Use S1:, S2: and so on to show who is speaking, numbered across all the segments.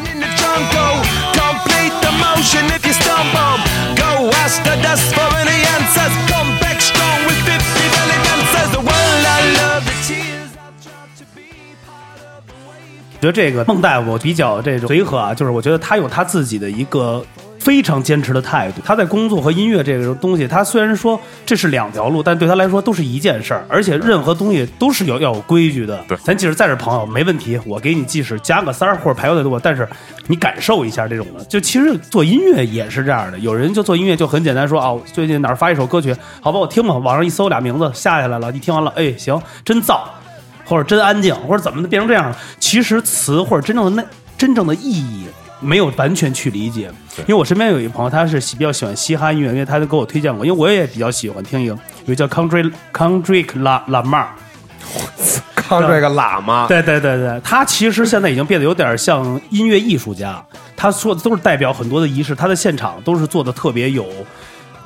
S1: on, go. Complete the motion if you stumble. Go wash the dust for any answers. Come back strong with 50 belly dancers. The world I love, the tears I've dropped to be part of the wave.
S2: 觉得这个孟大夫比较这种随和啊，就是我觉得他有他自己的一个非常坚持的态度。他在工作和音乐这个东西，他虽然说这是两条路，但对他来说都是一件事儿，而且任何东西都是有要有规矩的。
S3: 对
S2: 咱即使在这朋友没问题，我给你即使加个三儿或者排位的多，但是你感受一下这种的。就其实做音乐也是这样的，有人就做音乐就很简单说，啊，最近哪儿发一首歌曲，好吧，我听吧，网上一搜俩名字下下来了，一听完了，哎，行，真燥。或者真安静，或者怎么的变成这样了？其实词或者真正的那真正的意义没有完全去理解，因为我身边有一朋友，他是喜比较喜欢嘻哈音乐，因为他就给我推荐过，因为我也比较喜欢听一个有一个叫 Country Country La La m a
S4: 靠这个喇嘛，
S2: 对对对对，他其实现在已经变得有点像音乐艺术家，他说的都是代表很多的仪式，他的现场都是做的特别有。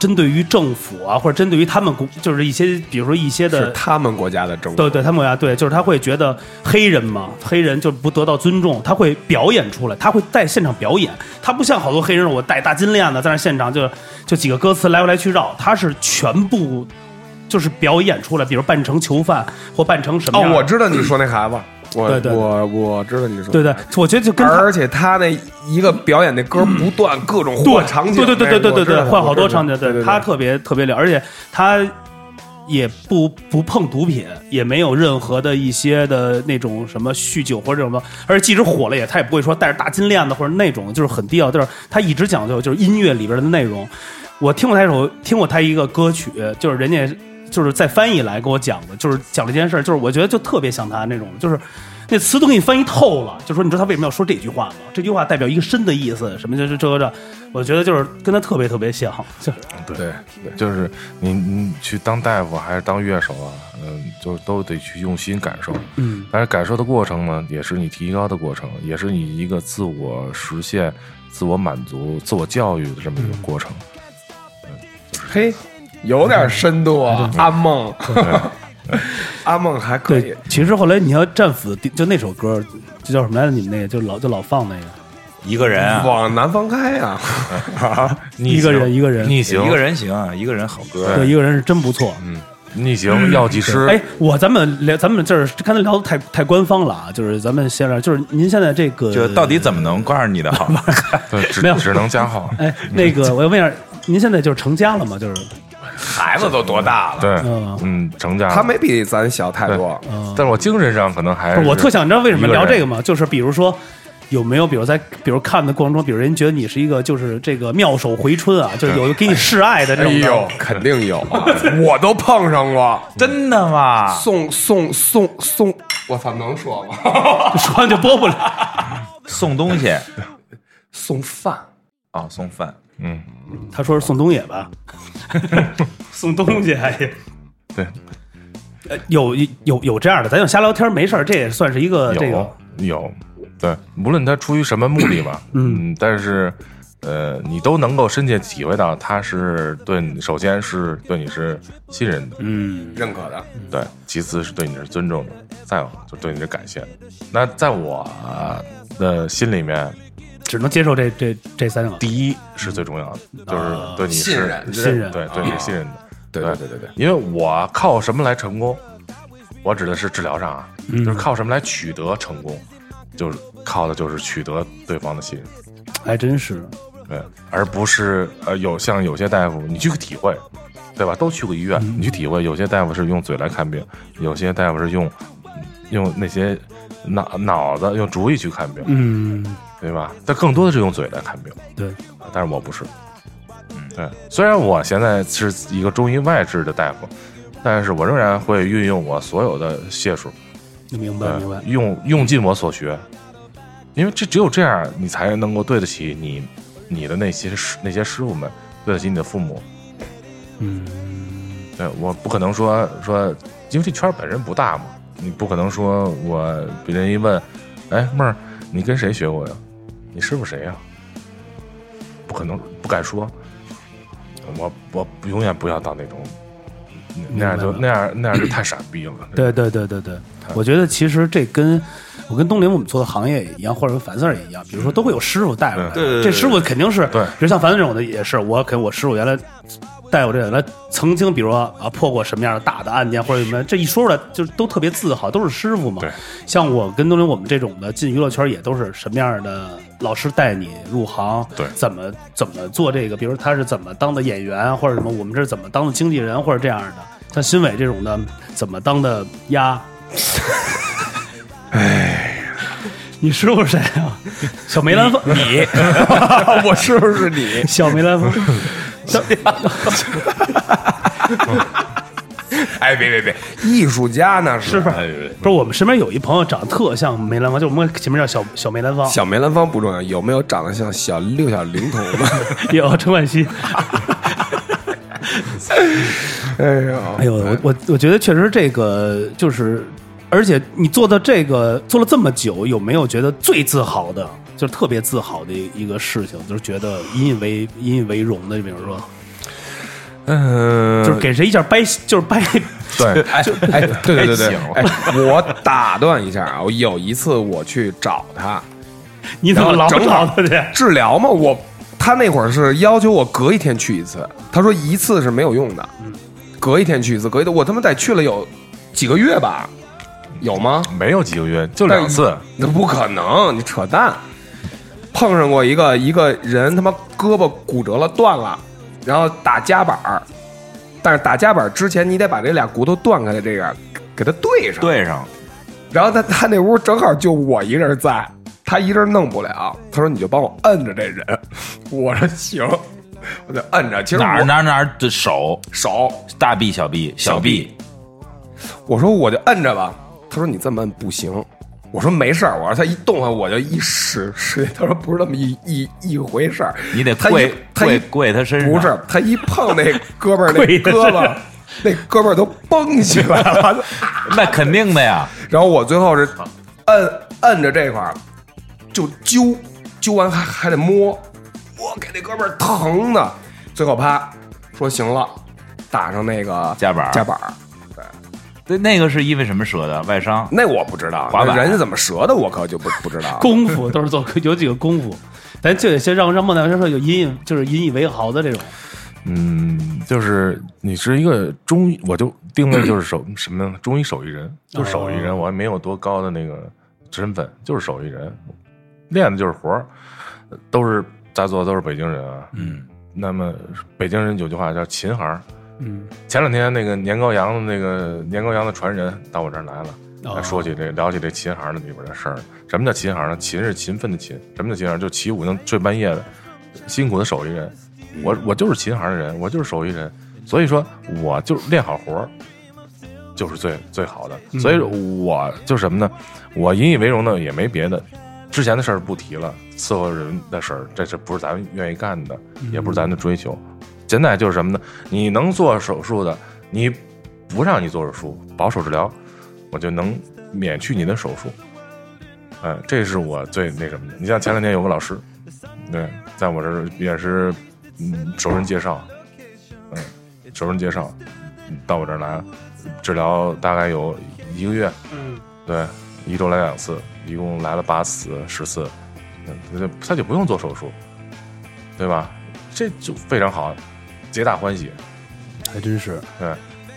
S2: 针对于政府啊，或者针对于他们国，就是一些，比如说一些的
S4: 是他们国家的政
S2: 对
S4: 府。
S2: 对，他们国家对，就是他会觉得黑人嘛，黑人就不得到尊重，他会表演出来，他会在现场表演，他不像好多黑人，我戴大金链子在那现场就就几个歌词来回来去绕，他是全部就是表演出来，比如扮成囚犯或扮成什么
S4: 哦
S2: 样，的
S4: 我知道你说 那孩子，我
S2: 对对
S4: 我我知道你说。
S2: 对对，我觉得就跟他
S4: 而且他那一个表演那歌不断各种
S2: 对
S4: 换场景，哎
S2: 对对对对对对对，换好多场景，
S4: 对
S2: 他特别特别了，而且他也不不碰毒品，也没有任何的一些的那种什么酗酒或者什么，而且即使火了也，他也不会说带着大金链子或者那种，就是很低调，就是他一直讲究就是音乐里边的内容。我听过他一首，听过他一个歌曲，就是人家就是在翻译来给我讲的，就是讲了一件事儿，就是我觉得就特别像他那种，就是那词都给你翻译透了，就说你知道他为什么要说这句话吗？这句话代表一个深的意思，什么就是这个这，我觉得就是跟他特别特别像，就是
S4: 对对，
S3: 就是你你去当大夫还是当乐手啊，嗯，就是都得去用心感受。
S2: 嗯，
S3: 但是感受的过程呢，也是你提高的过程，也是你一个自我实现、自我满足、自我教育的这么一个过程。
S4: 嘿，有点深度啊，阿梦，阿梦还可以
S2: 对。。其实后来你要战斧的就那首歌，就叫什么来着？你们那个就老就老放那个，
S5: 一个人啊，
S4: 往南方开啊！
S3: 逆行
S2: 一个人一个人
S3: 逆
S5: 一个
S3: 行
S5: 人行啊，一个人好歌。
S2: 对，一个人是真不错。
S3: 逆行药剂师，
S2: 哎，我咱们聊，咱们这儿刚才聊的太太官方了啊，就是咱们先聊，就是您现在这个
S5: 就到底怎么能告诉你的好？
S3: 对，只
S2: 没有
S3: 只能加号。
S2: 哎，那个我要问一下，您现在就是成家了吗？就是
S4: 孩子都多大了？
S3: 对
S2: 嗯，
S3: 嗯，成家了
S4: 他没比咱小太多。
S2: 嗯
S3: 但是我精神上可能还
S2: 不
S3: 是嗯
S2: 是我特想知道为什么聊这
S3: 一
S2: 个
S3: 个
S2: 嘛？就是比如说，有没有比如在比如看的过程中，比如人觉得你是一个就是这个妙手回春啊，就是有给你示爱的这
S4: 哎
S2: 种的。
S4: 呦，肯定有 啊，我都碰上过。
S5: 真的吗？
S4: 送送送送，我操，能说吗？
S2: 说完就播不了。
S5: 送东西啊、
S4: 送饭，
S5: 送饭。
S3: 嗯，
S2: 他说是宋冬野 吧，送东西还
S3: 对，
S2: 呃有有有这样的，咱就瞎聊天没事儿，这也算是一个呃这个
S3: 有有，对，无论他出于什么目的吧，嗯，但是呃，你都能够深切体会到他是对你，首先是对你是信任的，
S2: 嗯
S4: 认可的。
S3: 对，其次是对你是尊重的，再有就对你是感谢的。那在我的心里面，
S2: 只能接受这这这三个。
S3: 第一是最重要的，就是对你是
S4: 啊信任
S2: 嗯信任啊
S3: 对对你是信任的。
S4: 对对对对对，
S3: 因为我靠什么来成功？我指的是治疗上啊，
S2: 嗯
S3: 就是靠什么来取得成功，就是靠的就是取得对方的信任，
S2: 还真是，
S3: 对，而不是呃有像有些大夫你去体会，对吧？都去过医院，你去体会，有些大夫是用嘴来看病，有些大夫是用用那些脑脑子用主意去看病，
S2: 嗯，
S3: 对吧？但更多的是用嘴来看病，啊
S2: 对，
S3: 但是我不是。嗯，对，虽然我现在是一个中医外治的大夫，但是我仍然会运用我所有的解数，
S2: 明白
S3: 对
S2: 明白，。
S3: 用用尽我所学，因为这只有这样，你才能够对得起你你的那些师那些师傅们，对得起你的父母。嗯，对我不可能说说，因为这圈儿本身不大嘛，你不可能说我别人一问，哎妹儿，你跟谁学过呀？你师傅谁呀？不可能，不敢说。我我永远不要到那种，那那样就
S2: 明
S3: 那样那样就太傻逼了。
S2: 对对对对对，我觉得其实这跟我跟东林我们做的行业也一样，或者跟樊四儿也一样，比如说都会有师傅带过来。
S5: 对对对对
S2: 这师傅肯定是，
S3: 对
S2: 比如像樊四这种的也是，我肯我师傅原来带我这个，他曾经比如说啊破过什么样的大的案件或者什么，这一说出来就是都特别自豪，都是师傅嘛
S3: 对。
S2: 像我跟东林我们这种的进娱乐圈也都是什么样的老师带你入行，
S3: 对
S2: 怎么怎么做这个，比如他是怎么当的演员或者什么，我们是怎么当的经纪人或者这样的。像新伟这种的，怎么当的 鸭？
S3: 哎
S2: 你师傅是谁啊？小梅兰芳，你
S4: 我是不是你？
S2: 小梅 兰芳，
S5: 哎，别别别，
S4: 艺术家那是
S2: 师傅不是我们身边有一朋友长得特像梅兰芳，就我们前面叫小小梅兰芳，
S4: 小梅兰芳不重要，有没有长得像小六小龄童的？
S2: 有陈冠希。
S4: 哎呦，
S2: 哎呦，我我我觉得确实这个就是，而且你做到这个做了这么久，有没有觉得最自豪的，就是特别自豪的一个事情，就是觉得引以为引以为荣的，比如说，
S3: 嗯，
S2: 就是给谁一下掰，就是掰，
S3: 对，
S4: 哎哎，对对对对
S3: 太行了，
S4: 哎，我打断一下啊，我有一次我去找他，
S2: 你怎么老
S4: 然后正好
S2: 找他去？
S4: 治疗嘛，我他那会儿是要求我隔一天去一次，他说一次是没有用的，隔一天去一次，隔一天我他妈得去了有几个月吧，有吗？
S3: 没有几个月，就两次，
S4: 那不可能，你扯淡！碰上过一个一个人他妈胳膊骨折了断了，然后打夹板儿，但是打夹板儿之前你得把这俩骨头断开的这个给它对上，
S5: 对上了，
S4: 然后他他那屋正好就我一人在，他一人弄不了。他说你就帮我摁着这人，我说行，我就摁 着。其实
S5: 哪儿
S4: 我
S5: 哪儿哪儿的手，
S4: 手，
S5: 大臂小臂小臂，
S4: 我说我就摁着吧。他说你这么摁不行。我说没事儿，我说他一动啊，我就一使使劲。他说不是那么一一一回事儿，
S5: 你得
S4: 他一
S5: 跪
S4: 他一
S5: 跪跪他身上，
S4: 不是他一碰那胳膊儿 那
S2: 跪着。
S4: 胳膊儿，那胳膊儿都蹦起来了。
S5: 那肯定的呀，
S4: 然后我最后是摁摁着这块儿，就揪揪完还还得摸，我给那哥们儿疼的，最后啪说行了，打上那个
S5: 夹板儿
S4: 夹板儿
S5: 对，那个是因为什么折的？外伤，
S4: 那我不知道，
S5: 滑板
S4: 人家怎么折的，我可就不不知道
S2: 功夫都是做有几个功夫，咱就得先让让孟大先说有引以就是引以为豪的这种，
S3: 嗯，就是你是一个中医，我就定位就是 手什么呢？中医手艺人，就是手艺人，我还没有多高的那个身份，就是手艺人，练的就是活儿，都是在座都是北京人啊。
S5: 嗯，
S3: 那么北京人有句话叫琴行儿，
S2: 嗯，
S3: 前两天那个年糕羊的那个年糕羊的传人到我这儿来了。
S2: 哦
S3: 他说起这聊起这琴行的里边的事儿，什么叫琴行呢？琴是勤奋的勤，什么叫琴行？就起舞能睡半夜的，辛苦的手艺人。
S2: 嗯
S3: 我我就是琴行的人，我就是手艺人，所以说我就练好活儿，就是最最好
S2: 嗯
S3: 的。所以我就是什么呢？我引以为荣的也没别的，之前的事儿不提了，伺候人的事儿，这是不是咱们愿意干的，也不是咱的追求。现在就是什么呢？你能做手术的，你不让你做手术，保守治疗，我就能免去你的手术。嗯、这是我最那什么的。你像前两天有个老师，对，在我这儿也是，嗯，熟人介绍，嗯，熟人介绍，嗯到我这儿来治疗，大概有一个月，
S2: 嗯，
S3: 对，一周来两次，一共来了八次、十次，嗯他就他就不用做手术，对吧？这就非常好，皆大欢喜。
S2: 还真是，
S3: 对，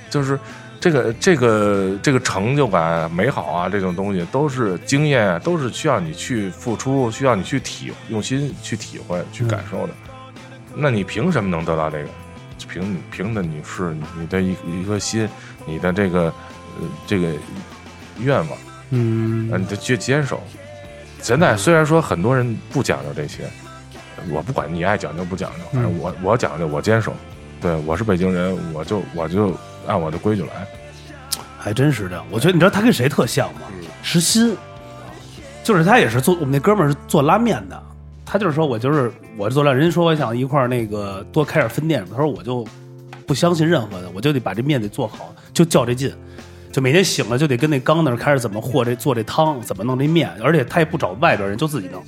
S3: 就是这个这个这个成就感、美好啊，这种东西都是经验啊，都是需要你去付出，需要你去体用心去体会、去感受的。那你凭什么能得到这个？凭凭的你是你的一一颗心，你的这个呃这个愿望，
S2: 嗯
S3: 呃，你得去坚守。现在虽然说很多人不讲究这些，我不管你爱讲究不讲究，反
S2: 嗯
S3: 正我我讲究，我坚守。对我是北京人，我就我就按我的规矩来。
S2: 还真是这样。我觉得你知道他跟谁特像吗？石鑫，就是他也是做我们那哥们儿是做拉面的，他就是说我就是我是做拉，人家说我想一块儿那个多开点分店什么，他说我就不相信任何的，我就得把这面得做好，就较这劲。就每天醒了就得跟那缸那儿开始怎么和这做这汤，怎么弄这面，而且他也不找外边人，就自己弄，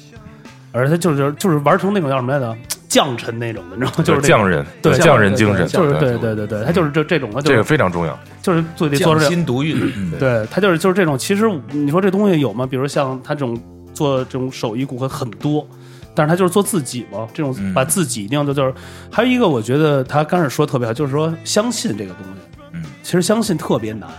S2: 而他就是就是玩成那种叫什么来着，匠臣那种的，你知道吗？就是那种
S3: 匠人，
S2: 对
S3: 匠人精神，
S2: 就是对对对对，他就是这这种，他就
S3: 这个
S2: 是
S3: 非常重要。
S2: 就是最得做
S6: 匠
S2: 这
S6: 心独运，嗯，
S2: 对他就是就是这种。其实你说这东西有吗？比如像他这种做这种手艺骨科很多，但是他就是做自己嘛，这种把自己一定就就是。还有一个，我觉得他刚才说特别好，就是说相信这个东西。
S5: 嗯，
S2: 其实相信特别难。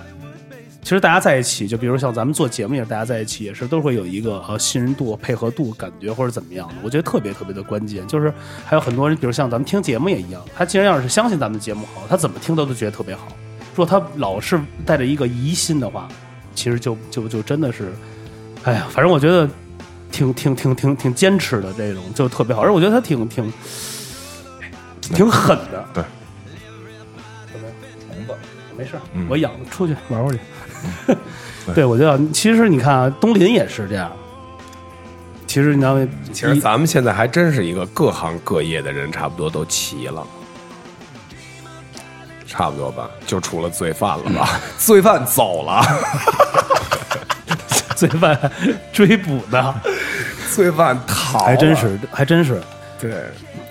S2: 其实大家在一起，就比如像咱们做节目也是，大家在一起也是都会有一个呃信任度、配合度感觉或者怎么样的，我觉得特别特别的关键。就是还有很多人，比如像咱们听节目也一样，他既然要是相信咱们的节目好，他怎么听他都觉得特别好。如果他老是带着一个疑心的话，其实就就就真的是，哎呀，反正我觉得挺挺挺挺挺坚持的这种就特别好，而且我觉得他挺挺挺狠的。
S3: 对
S2: 怎么样，
S6: 虫子
S2: 没事儿
S3: 嗯，
S2: 我养着出去玩玩去。嗯 对，我觉得其实你看啊，东林也是这样。其实你知道吗？
S4: 其实
S2: 一
S4: 咱们现在还真是一个各行各业的人，差不多都齐了，
S5: 嗯
S4: 差不多吧，就除了罪犯了
S5: 嗯
S4: 吧， 罪犯走了，
S2: 罪犯追捕的，
S4: 罪犯逃了，
S2: 还真是，还真是。
S4: 对，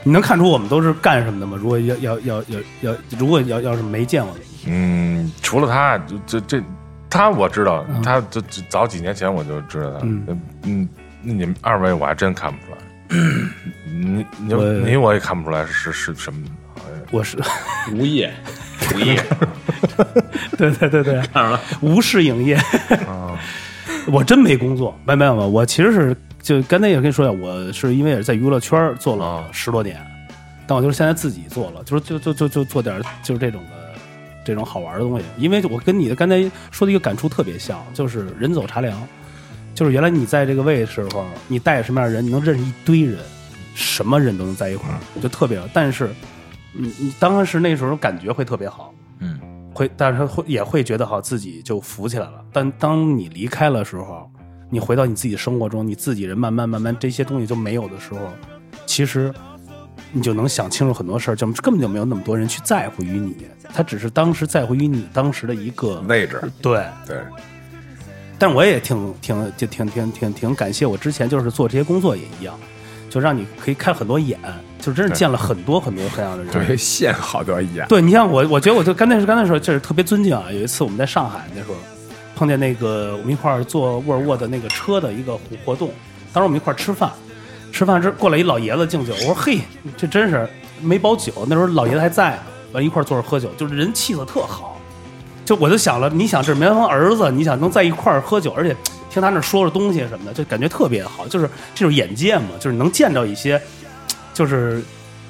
S2: 你能看出我们都是干什么的吗？如果要要要要要，如果要要是没见过的，
S3: 嗯，除了他，这这这他我知道，他这这早几年前我就知道他。
S2: 嗯
S3: 嗯，那你们二位我还真看不出来，你你
S2: 我
S3: 你我也看不出来是是什么。
S2: 我是
S6: 无业，无业，
S2: 对对对对，
S6: 当然了，
S2: 无视影业。 我真没工作，没没有没有，我其实是就刚才也跟你说一下，我是因为也是在娱乐圈儿做了十多年，但我就是现在自己做了，就是就就就就做点儿就是这种的这种好玩儿的东西。因为我跟你的刚才说的一个感触特别像，就是人走茶凉，就是原来你在这个位置的时候，你带着什么样的人，你能认识一堆人，什么人都能在一块儿，就特别好。但是你你嗯当时那时候感觉会特别好，
S5: 嗯，
S2: 会，但是会也会觉得好自己就浮起来了。但当你离开的时候，你回到你自己生活中，你自己人慢慢慢慢这些东西就没有的时候，其实你就能想清楚很多事儿，就根本就没有那么多人去在乎于你，他只是当时在乎于你当时的一个
S4: 位置，
S2: 对。
S4: 对，
S2: 但我也挺挺挺挺挺挺挺感谢我之前就是做这些工作也一样，就让你可以开很多眼，就真是见了很多很多很样的人。
S4: 对，线好多一样，
S2: 对你像我，我觉得我就刚才是刚才说，就是特别尊敬啊。有一次我们在上海那时候，碰见那个我们一块儿坐沃尔沃的那个车的一个活动，当时我们一块儿吃饭，吃饭之后过来一老爷子敬酒，我说嘿，这真是没包酒，那时候老爷子还在呢，完一块儿坐着喝酒，就是人气色特好。就我就想了，你想这是梅兰芳儿子，你想能在一块儿喝酒，而且听他那说说东西什么的，就感觉特别好，就是这种眼界嘛，就是能见到一些，就是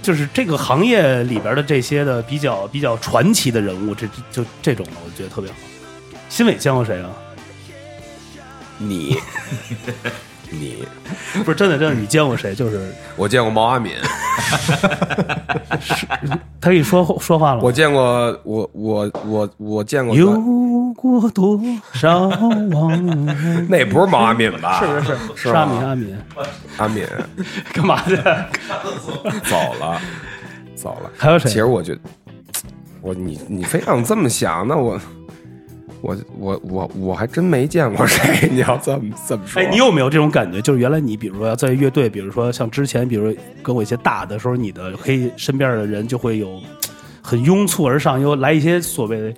S2: 就是这个行业里边的这些的比较比较传奇的人物，这这就这种的，我觉得特别好。新伟见过谁啊？
S4: 你，你，
S2: 不是真的，真的，你见过谁？就是
S4: 我见过毛阿敏，
S2: 他跟你说说话了吗
S4: 我见过，我我我我见过，
S2: 有过多少往日？
S4: 那不是毛阿敏吧？
S2: 是是是，是阿敏阿敏，
S4: 阿敏
S2: 干嘛去？
S4: 走了，走了。
S2: 还有谁啊
S4: 其实我觉得，我你你非让我这么想，那我我我我我还真没见过谁。你要这么这么说，
S2: 哎，你有没有这种感觉？就是原来你，比如说要在乐队，比如说像之前，比如跟我一些大的时候，你的黑身边的人就会有很拥簇而上，又来一些所谓的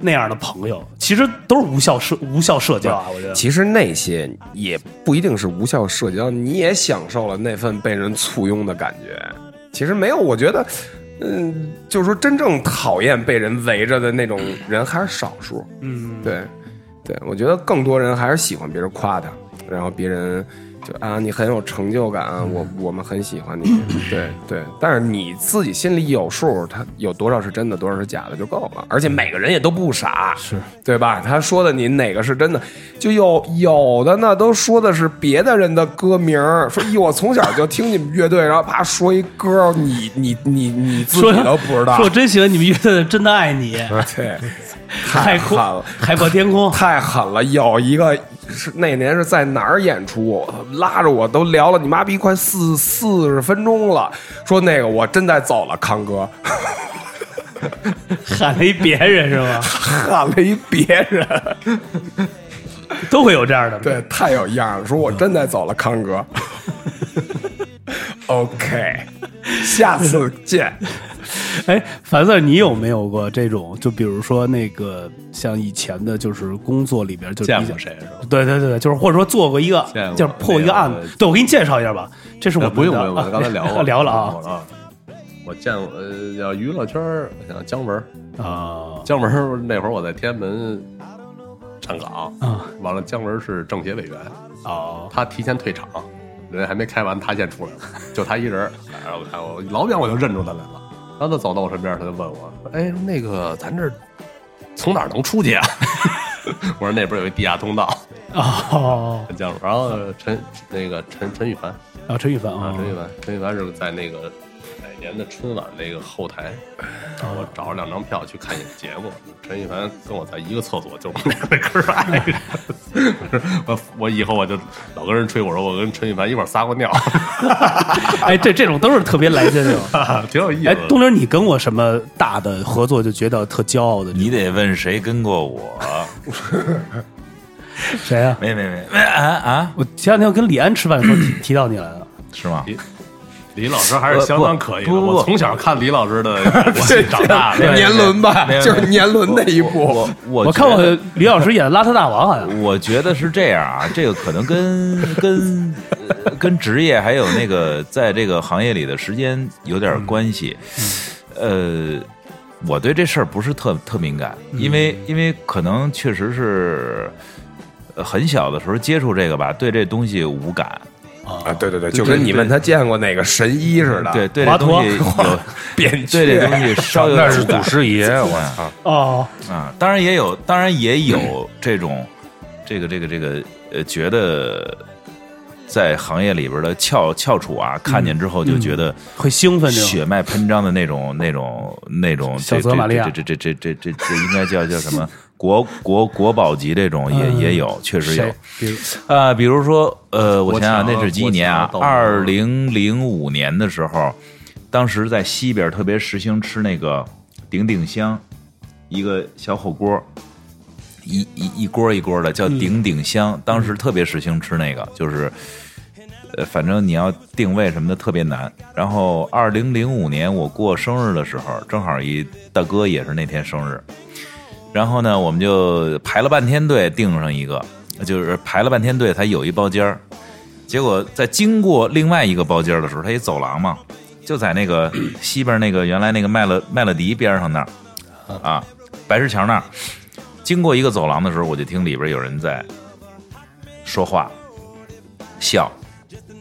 S2: 那样的朋友，其实都是无效社无效社交啊，我觉得。
S4: 其实那些也不一定是无效社交，你也享受了那份被人簇拥的感觉。其实没有，我觉得，嗯，就是说真正讨厌被人围着的那种人还是少数。
S2: 嗯，
S4: 对，对，我觉得更多人还是喜欢别人夸他，然后别人就啊，你很有成就感，啊我我们很喜欢你，对对。但是你自己心里有数，他有多少是真的，多少是假的就够了。而且每个人也都不傻，是对吧？他说的你哪个是真的，就有有的呢都说的是别的人的歌名儿，说哎哟，我从小就听你们乐队，然后啪说一歌儿，你你你你 自
S2: 说
S4: 己都不知道
S2: 说，我真喜欢你们乐队的，真的爱 你，
S4: 对，太
S2: 海
S4: 狠
S2: 阔
S4: 了。
S2: 海阔天空。
S4: 太狠了！有一个是那年是在哪儿演出，拉着我都聊了你妈逼快四四十分钟了，说那个我真得走了，康哥
S2: 喊了一别人是 吗？
S4: 喊了一别人，
S2: 都会有这样的。，
S4: 对，太有样了，说我真得走了，康哥。OK，下次见。
S2: 哎，凡 Sir，你有没有过这种？就比如说那个，像以前的，就是工作里边就
S6: 见过谁是吧？
S2: 对对对，就是或者说做过一个
S6: 见，过
S2: 就是破一个案
S6: 没
S2: 子
S6: 有。
S2: 对，我给你介绍一下吧，这是我
S6: 呃
S2: 们
S6: 不用不
S2: 的
S6: 用，我
S2: 啊
S6: 刚才聊 过
S2: 聊了啊
S6: 啊。我见过，呃，要娱乐圈儿，我想姜文儿，
S2: 啊
S6: 姜文儿那会儿我在天安门站岗，
S2: 啊
S6: 完了姜文儿是政协委员，
S2: 哦
S6: 他提前退场，人还没开完，他先出来了，就他一人儿。然后我看我老远我就认出他来了，然后他走到我身边，他就问我：“哎，那个咱这儿从哪儿能出去啊？” 我说：“那边有一地下通道。
S2: 哦”
S6: 姜文儿，然后陈那个陈陈羽凡
S2: 啊，陈羽凡
S6: 啊
S2: 啊，，
S6: 陈羽凡，陈羽凡是在那个哪年的春晚那个后台，我
S2: 啊
S6: 找了两张票去看一个节目。 陈羽凡跟我在一个厕所，就是我们俩那根儿挨着。 我我以后我就老跟人吹，我说我跟陈羽凡一块儿撒过尿，
S2: 哎，这这种都是特别来劲的。
S6: 挺有意思
S2: 哎，
S6: 的。
S2: 东林，你跟我什么大的合作就觉得特骄傲的？
S5: 你得问谁跟过我？
S2: 谁啊？
S5: 没没没没啊啊，
S2: 我前两天我跟李安吃饭的时候提提到你来了。
S5: 是吗？
S6: 李老师还是相当可以的，
S5: 不不不
S6: 我从小看李老师的我是长大的。
S4: 年轮吧
S5: 没，有
S4: 就是年轮那一步。
S5: 我我
S2: 我看
S5: 觉
S2: 过
S5: 得
S2: 李老师演的《邋遢大王》，好 像
S5: 我觉得是这样啊，这个可能跟跟呃跟职业还有那个在这个行业里的时间有点关系。呃，我对这事儿不是特特敏感，因为因为可能确实是呃很小的时候接触这个吧，对这东西无感。
S4: 啊，对对对，就跟你问他见过哪个神医似的，
S5: 对对，
S2: 华
S5: 这
S2: 佗
S5: 东西有
S4: 扁
S5: 对
S4: 鹊
S5: 这东西稍有
S3: 那是
S5: 无感
S3: 祖师 爷，我操！
S2: 哦，
S5: 啊，当然也有，当然也有这种，这个这个这个呃，觉得在行业里边的翘翘楚啊，看见之后就觉得
S2: 会兴奋这种。
S5: 血脉喷张的那种、那种那种，
S2: 小
S5: 这
S2: 泽玛利亚
S5: 这这这这这这这应该叫叫什么？国国国宝级这种也、
S2: 嗯
S5: 也有，确实有
S2: 谁。比如
S5: 啊，比如说，呃，我
S6: 国
S5: 想想，
S6: 强
S5: 那是几几
S6: 国
S5: 年啊？
S6: 强到
S5: 二零零五年的时候，当时在西边特别时兴吃那个鼎鼎香，一个小火锅，一一一锅一锅的叫鼎鼎香，当时特别时兴吃那个，就是。呃，反正你要定位什么的特别难。然后，二零零五年我过生日的时候，正好一大哥也是那天生日，然后呢，我们就排了半天队订上一个，就是排了半天队才有一包间儿。结果在经过另外一个包间儿的时候，它一走廊嘛，就在那个西边那个原来那个麦乐麦乐迪边上那儿啊，白石桥那儿。经过一个走廊的时候，我就听里边有人在说话笑，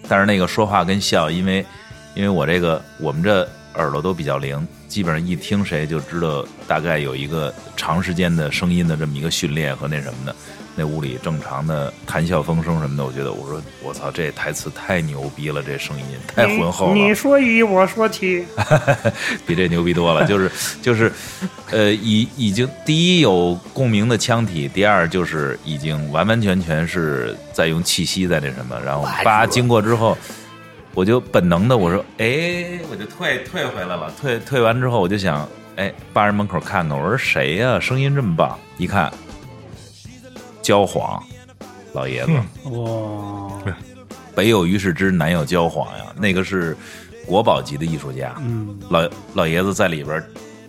S5: 但是那个说话跟笑，因为因为我这个我们这耳朵都比较灵，基本上一听谁就知道大概有一个长时间的声音的这么一个训练和那什么的。那屋里正常的谈笑风生什么的，我觉得我说我操，这台词太牛逼了，这声音太浑厚了。
S7: 你说一，我说七，
S5: 比这牛逼多了，就是就是，呃，已已经第一有共鸣的腔体，第二就是已经完完全全是在用气息在那什么，然后叭经过之后，我就本能的我说，哎，我就退退回来了，退退完之后我就想，哎，扒人门口看看，我说谁呀、声音这么棒，一看，焦晃，老爷子。
S2: 哇，
S5: 北有于世之，南有焦晃呀，那个是国宝级的艺术家。
S2: 嗯，
S5: 老老爷子在里边儿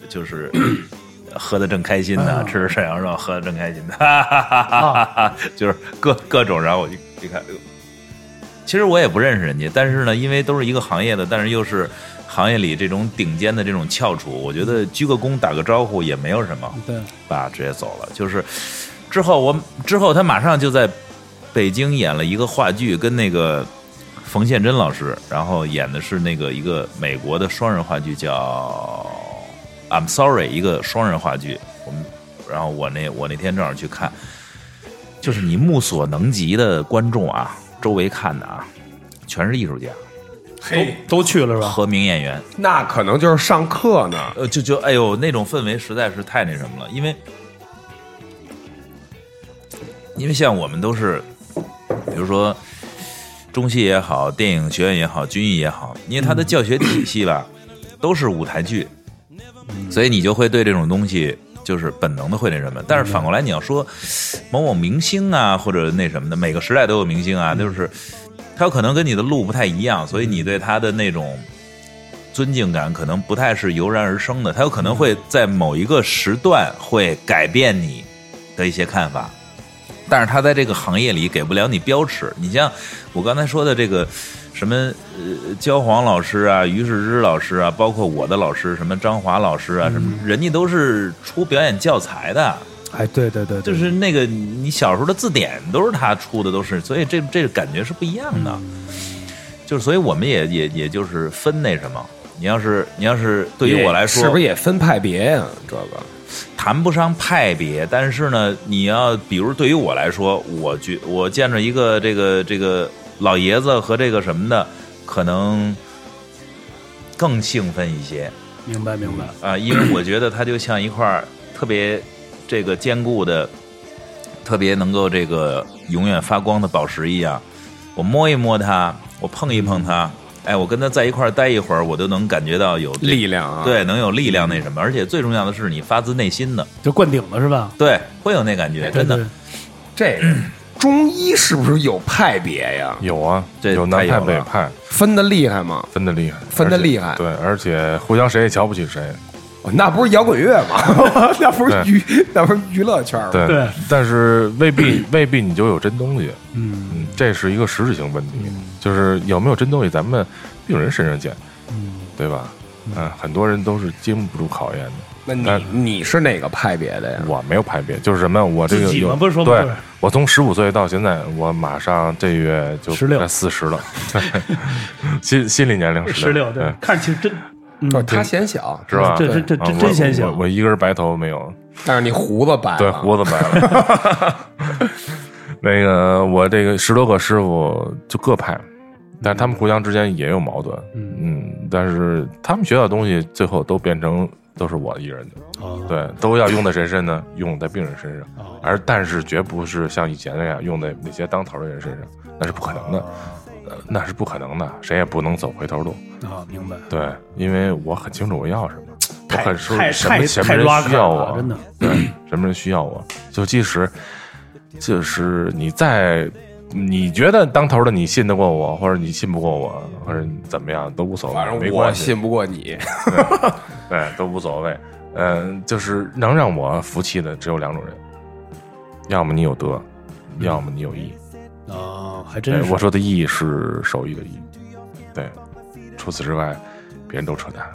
S5: 就是 喝的正开心呢，吃着涮羊肉喝的正开心呢，哈哈哈哈哈哈， 就是各各种，然后我就一看，哎呦其实我也不认识人家，但是呢，因为都是一个行业的，但是又是行业里这种顶尖的这种翘楚，我觉得鞠个躬打个招呼也没有什么。
S2: 对，
S5: 爸直接走了。就是之后我之后他马上就在北京演了一个话剧，跟那个冯宪珍老师，然后演的是那个一个美国的双人话剧叫《I'm Sorry》，一个双人话剧。我们然后我那我那天正好去看，就是你目所能及的观众啊，周围看的啊，全是艺术家
S2: 都都去了是吧？
S5: 和名演员。
S4: 那可能就是上课呢。
S5: 呃，就就哎呦，那种氛围实在是太那什么了，因为因为像我们都是，比如说中戏也好，电影学院也好，军艺也好，因为它的教学体系吧，都是舞台剧，所以你就会对这种东西。就是本能的会那什么，但是反过来你要说某某明星啊，或者那什么的，每个时代都有明星啊，就是他有可能跟你的路不太一样，所以你对他的那种尊敬感可能不太是油然而生的，它有可能会在某一个时段会改变你的一些看法，但是它在这个行业里给不了你标尺。你像我刚才说的这个什么呃焦黄老师啊、于世之老师啊，包括我的老师什么张华老师啊，什么人家都是出表演教材的，
S2: 嗯哎，对对对，对
S5: 就是那个你小时候的字典都是他出的，都是，所以这这个感觉是不一样的。
S2: 嗯
S5: 就是所以我们也也也就是分那什么，你要是你要是对于我来说，
S4: 是不是也分派别呀、这个
S5: 谈不上派别，但是呢，你要比如对于我来说，我觉我见着一个这个这个老爷子和这个什么的，可能更兴奋一些。
S2: 明白明白，
S5: 啊，因为我觉得它就像一块儿特别这个坚固的、特别能够这个永远发光的宝石一样。我摸一摸它，我碰一碰
S4: 嗯
S5: 它，哎，我跟它在一块儿待一会儿，我都能感觉到有这
S4: 力量啊？，
S5: 对，能有力量那什么，而且最重要的是你发自内心的，
S2: 就灌顶了是吧？
S5: 对，会有那感觉，真的
S3: 嗯
S2: 对，
S4: 这个中医是不是有派别呀？
S3: 有啊，
S5: 这
S3: 有
S5: 太
S3: 南派
S5: 有
S3: 北
S5: 了
S3: 派，
S4: 分的厉害吗？
S3: 分的厉害，
S4: 分得
S3: 而且
S4: 厉害
S3: 对，而且互相谁也瞧不起谁。
S4: 哦那不是摇滚乐吗？ 那不是娱，那不是娱乐圈吗？
S3: 对，
S2: 对
S3: 但是 未必未必你就有真东西，嗯，这是一个实质性问题，
S2: 嗯
S3: 就是有没有真东西，咱们病人身上见，对吧？嗯，很多人都是经不住考验的。
S4: 那
S3: 但
S4: 你你是哪个派别的呀？
S3: 我没有派别，就是什么，我这个
S2: 自己
S3: 有
S2: 嘛不是说
S3: 对
S2: 不是，
S3: 我从十五岁到现在，我马上这月就
S2: 16
S3: 四 十了，心心理年龄
S2: 十六对
S3: 对，，
S2: 看着其实真
S4: 不是他显小，
S3: 是吧？
S2: 这这这
S3: 啊
S2: 这
S3: 我
S2: 真显
S3: 我
S2: 小，
S3: 我一根白头没有，
S4: 但是你胡子白了，
S2: 啊
S3: 对，胡子白了。 那个我这个十多个师傅就各派，但是他们互相之间也有矛盾，嗯，但是他们学到的东西最后都变成都是我一人的，
S2: 哦
S3: 对，都要用在谁身呢？用在病人身上，而但是绝不是像以前那样用在那些当头的人身上，那是不可
S2: 哦
S3: 能的，呃那是不可能的，谁也不能走回头路。
S2: 啊，明白。
S3: 对，因为我很清楚我要什么，我
S2: 太
S3: 很清楚
S2: 太
S3: 什么
S2: 太
S3: 什
S2: 太
S3: 么
S2: 拉
S3: 人需
S2: 开
S3: 要
S2: 了
S3: 我，
S2: 真的
S3: 对，什么人需要我， 就即使就是你在你觉得当头的你信得过我，或者你信不过我，或者你怎么样都无所
S4: 反
S3: 谓，没
S4: 正
S3: 关
S4: 我
S3: 系，
S4: 信不过你，
S3: 对，都无所谓。嗯、就是能让我服气的只有两种人，要么你有德，
S4: 嗯
S3: 要么你有义。
S2: 啊，还
S3: 对
S2: 真，是
S3: 哎我说的义是手艺的义，对，除此之外，别人都扯淡，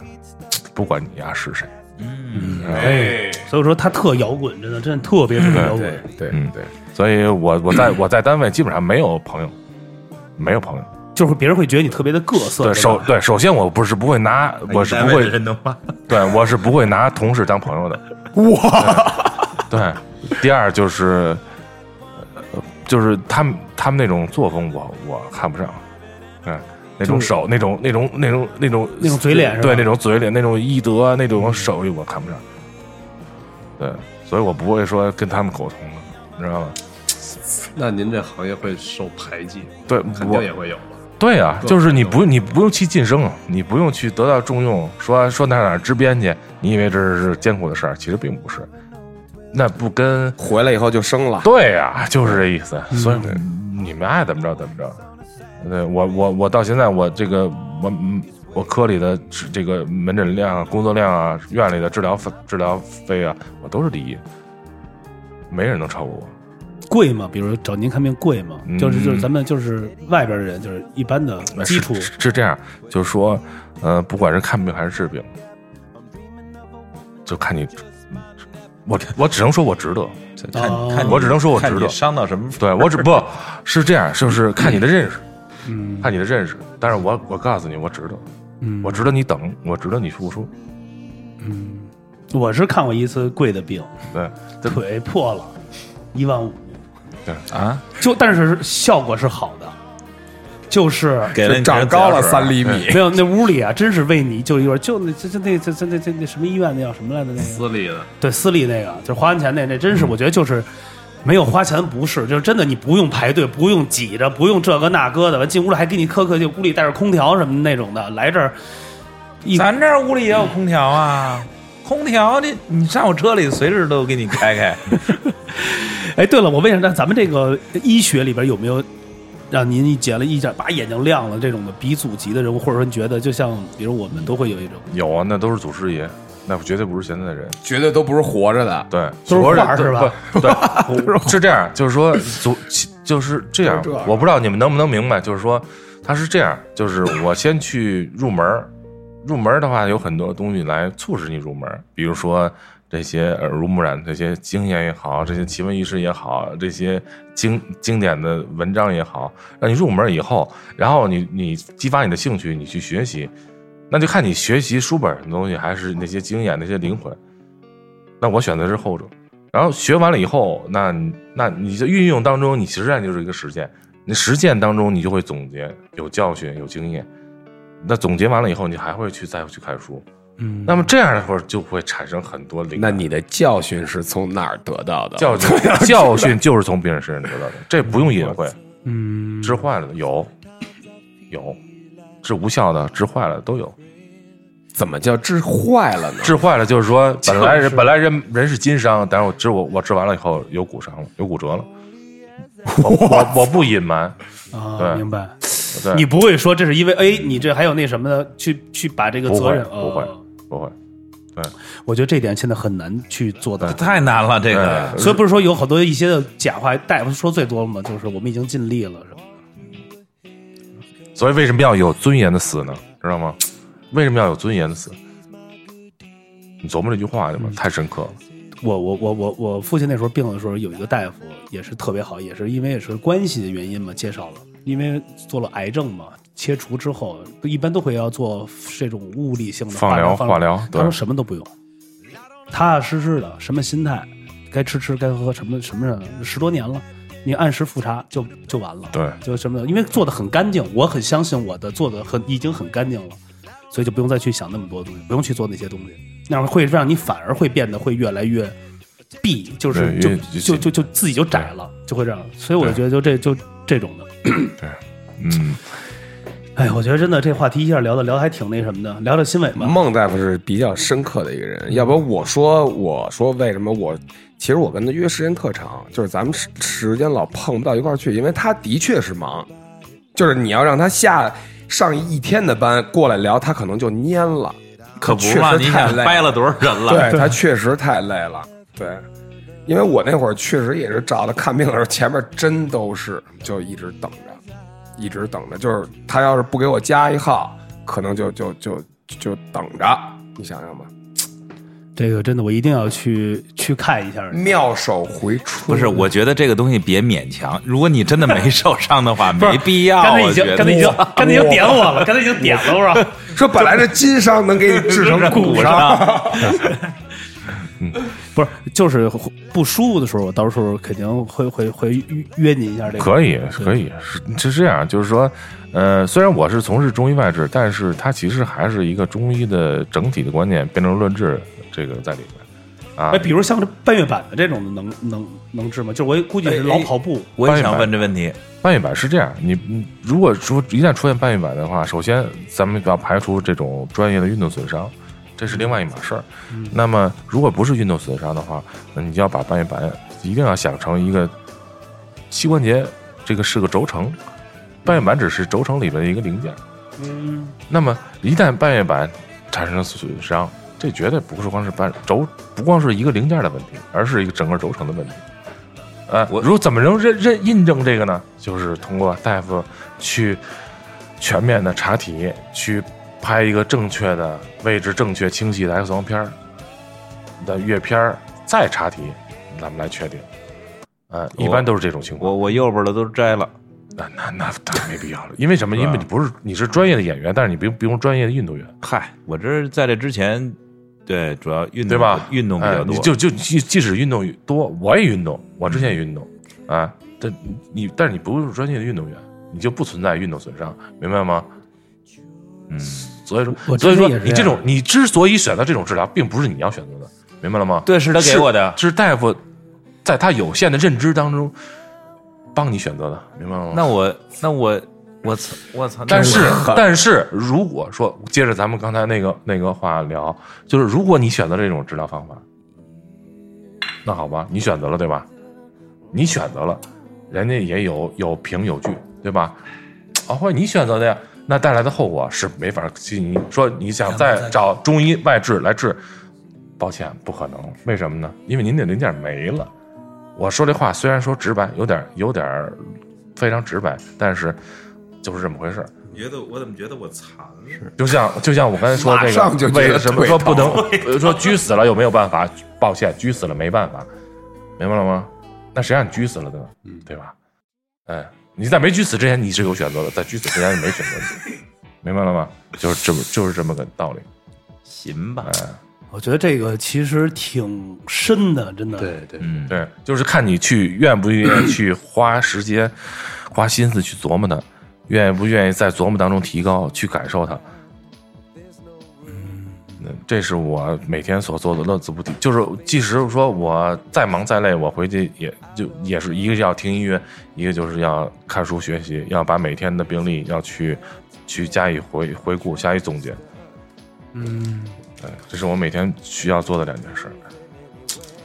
S3: 不管你呀、啊是谁。
S5: 嗯，
S2: 哎，所以说他特摇滚，真的真的特别特别摇滚。
S4: 对
S3: 嗯
S4: 对，
S3: 所以我我在我在单位基本上没有朋友，没有朋友。
S2: 就是别人会觉得你特别的各色，
S3: 对，
S2: 吧
S3: 首对首先我不是不会
S6: 哎
S3: 拿，我是不会
S5: 认同吗？
S3: 对我是不会拿同事当朋友的。哇，对，第二就是，呃就是他们他们那种作风我，我看不上，嗯，那种手那种那种那种那种
S2: 那种嘴脸是吧
S3: 对那种嘴脸那种医德啊那种手艺我看不上，对，所以我不会说跟他们沟通的，你知道吗？
S6: 那您这行业会受排挤，
S3: 对，
S6: 肯
S3: 我
S6: 定也会有吧？
S3: 对啊，
S6: 各
S3: 就是
S6: 方
S3: 你
S6: 面
S3: 不用你不用去晋升，你不用去得到重用，说说哪儿哪儿支边去，你以为这是艰苦的事儿，其实并不是。那不跟
S4: 回来以后就生了。
S3: 对呀、就是这意思。所以你们爱怎么着怎么着。对我我我到现在我这个我嗯我科里的治这个门诊量啊、工作量啊、院里的治疗费治疗费啊，我都是第一，没人能超过我。
S2: 贵吗？比如找您看病贵吗？
S3: 嗯哎
S2: 就是就是咱们就是外边的人，就是一般的基础
S3: 是是是这样，就是说，呃，不管是看病还是治病，就看你，嗯我我只能说我值得，
S5: 看
S2: 哦
S5: 看你，
S3: 我只能说我值
S5: 看你
S3: 得
S5: 伤到什么？
S3: 对我只不是这样，就是看你的认识，
S2: 嗯
S3: 看你的认识。但是我我告诉你，我值得，我值得你等，我值得你付出。
S2: 我是看过一次贵的 病，
S3: 对，这
S2: 腿破了，一万五，
S5: 啊，
S2: 就但是效果是好的，就是
S5: 给了你
S4: 长高
S3: 啊
S4: 了三
S5: 厘，
S4: 厘米，
S3: 嗯
S2: 没有那屋里啊，真是为你就一会儿就那就就那就就那就那什么医院那叫什么来着那个
S6: 私立的，
S2: 对私立那个，就是花完钱那那
S3: 嗯
S2: 真是我觉得就是。没有花钱不是，就是真的，你不用排队，不用挤着，不用这个那个的，完进屋里还给你客客气，屋里带着空调什么那种的，来这儿一
S5: 咱这儿屋里也有空调啊，空调你你上我车里随时都给你 开开，
S2: 哎，对了，我问一下，那咱们这个医学里边有没有让您一捡了一下，把眼睛亮了这种的鼻祖级的人物，或者说你觉得就像比如我们都会有一种
S3: 有啊，那都是祖师爷，那绝对不是现在的人。
S4: 绝对都不是活着的，
S3: 对，
S2: 都是
S3: 活着
S2: 画儿是吧？
S3: 不对， 我是这样，就是说祖其就是这样
S4: 都是这，样
S3: 我不知道你们能不能明白，就是说他是这样，就是我先去入门儿，入门儿的话有很多东西来促使你入门儿，比如说。这些耳濡目染，这些经验也好，这些奇闻异事也好，这些经经典的文章也好，让你入门儿以后，然后你你激发你的兴趣，你去学习，那就看你学习书本上的东西，还是那些经验、那些灵魂。那我选择是后者。然后学完了以后，那你那你在运用当中，你实战就是一个实践。你实践当中，你就会总结，有教训，有经验。那总结完了以后，你还会去再去看书。
S2: 嗯，
S3: 那么这样的会儿就会产生很多灵
S4: 那
S3: 感。
S4: 你的教训是从哪儿得到的？
S3: 教训啊教训就是从别人身上得到的，这不用隐晦，
S2: 嗯
S3: 治坏了的有有，治无效的、治坏了的都有。
S4: 怎么叫治坏了呢？
S3: 治坏了，就是 说本来人本来人人是筋伤，但是我治我我治完了以后有骨伤了，有骨折了。我我我不隐瞒，
S2: 啊，
S3: 对
S2: 明白。
S3: 对，
S2: 你不会说这是因为哎，你这还有那什么的，去去把这个
S3: 不
S2: 责
S3: 会
S2: 任
S3: 不会
S2: 哦
S3: 不会，
S2: 我觉得这点现在很难去做到。
S5: 太难了，这个
S3: 对
S2: 所以不是说有好多一些的假话，大夫说最多了嘛，就是我们已经尽力了，是吧？
S3: 所以为什么要有尊严的死呢？知道吗？为什么要有尊严的死？你琢磨这句话去吧，太深刻了。
S2: 我我我我我父亲那时候病的时候，有一个大夫也是特别好，也是因为也是关系的原因嘛，介绍了，因为做了癌症嘛，切除之后一般都会要做这种物理性的
S3: 放疗
S2: 放
S3: 化疗
S2: 他
S3: 对
S2: 说什么都不用，踏踏实实的，什么心态，该吃吃，该喝喝，什么什么的，十多年了。你按时复查就就完了，
S3: 对
S2: 就什么的，因为做的很干净，我很相信我的做的很已经很干净了，所以就不用再去想那么多东西，不用去做那些东西，那样会让你反而会变得会越来越闭，就是
S3: 对
S2: 就
S3: 越
S2: 就就就自己就窄了，就会这样。所以我就觉得就这就这种的，
S3: 嗯，
S2: 哎，我觉得真的这话题一下聊的聊得还挺那什么的，聊聊新伟吧。
S4: 孟大夫是比较深刻的一个人，要不然我说我说为什么我其实我跟他约时间特长，就是咱们时时间老碰不到一块儿去，因为他的确是忙，就是你要让他下上一天的班过来聊，他可能就蔫了，
S5: 可不
S4: 确
S5: 嘛，
S4: 实
S5: 你
S4: 太
S5: 想
S4: 累
S5: 掰了多少人了？
S4: 对他确实太累了，对。因为我那会儿确实也是找他看病的时候，前面真都是就一直等着，一直等着。就是他要是不给我加一号，可能就就就就等着。你想想吧，
S2: 这个真的我一定要去去看一下。
S4: 妙手回春。
S5: 不是，我觉得这个东西别勉强。如果你真的没受伤的话，没必要。
S2: 刚才已
S5: 我
S2: 经
S5: 觉得
S2: 刚才已经刚才已经点我了，刚才已经点了我说。
S4: 说本来这筋伤能给你治 成骨伤，
S2: 不是，就是不舒服的时候，我到时候肯定会会会约您一下这个。
S3: 可以可以，是是这样，就是说，呃，虽然我是从事中医外治，但是它其实还是一个中医的整体的观念，辩证论治这个在里面啊
S2: 哎，。比如像这半月板的这种的，能能能治吗？就是我估计是老跑步，
S5: 我也想问这问题。
S3: 半月板是这样，你你如果说一旦出现半月板的话，首先咱们要排除这种专业的运动损伤，这是另外一码事儿。那么如果不是运动损伤的话，那你就要把半月板一定要想成一个膝关节，这个是个轴承，半月板只是轴承里面的一个零件。
S2: 嗯，
S3: 那么一旦半月板产生损伤，这绝对不是光是半轴，不光是一个零件的问题，而是一个整个轴承的问题。呃，
S5: 我
S3: 如怎么能认认印证这个呢？就是通过大夫去全面的查体，去拍一个正确的位置、正确清晰的 X 光片儿的月片儿，再查体，咱们来确定。呃，一般都是这种情况。
S5: 我我右边的都摘了，
S3: 那那那当然没必要了，因为什么？因为你不是你是专业的演员，但是你不用不用专业的运动员。
S5: 嗨，我这是在这之前，对，主要运动
S3: 对吧？
S5: 嗯运动比
S3: 哎
S5: 较多，
S3: 你就就即即使运动多，我也运动，我之前也运动啊。但你但是你不是专业的运动员，你就不存在运动损伤，明白吗？
S5: 嗯，
S3: 所以
S2: 我
S3: 说，
S2: 真
S3: 所
S2: 的
S3: 以说
S2: 也是
S3: 你这种你之所以选择这种治疗，并不是你要选择的，明白了吗？
S5: 对，是他给我的。
S3: 是大夫在他有限的认知当中帮你选择的，明白了吗？
S5: 那我那我我操我操！
S3: 但是
S5: 那我，
S3: 但是，如果说接着咱们刚才那个那个话聊，就是如果你选择这种治疗方法，那好吧，你选择了对吧？你选择了，人家也有有凭有据，对吧？啊，或者你选择的呀，那带来的后果是没法。你说你想再找中医外治来治，抱歉，不可能。为什么呢？因为您的零件没了。我说这话虽然说直白，有点有点非常直白，但是就是这么回事儿。
S5: 觉得我怎么觉得我残了？
S3: 就像就像我刚才说这
S4: 马
S3: 个
S4: 上就，觉
S3: 为
S4: 得
S3: 什么
S4: 腿
S3: 说不能呃说狙死了有没有办法？抱歉，狙死了没办法，明白了吗？那谁让你狙死了的呢？
S4: 嗯
S3: 对吧？哎，你在没狙死之前你是有选择的，在狙死之前是没选择的，明白了吗？就是这么就是这么个道理。
S5: 行吧，
S2: 我觉得这个其实挺深的，真的。对
S6: 对，
S5: 嗯，
S3: 对，就是看你去愿不愿意去花时间、花心思去琢磨它，愿意不愿意在琢磨当中提高，去感受它。嗯，这是我每天所做的乐此不疲。就是即使说我再忙再累，我回去也就也是一个要听音乐，一个就是要看书学习，要把每天的病例要去去加以回回顾、加以总结。嗯，这是我每天需要做的两件事。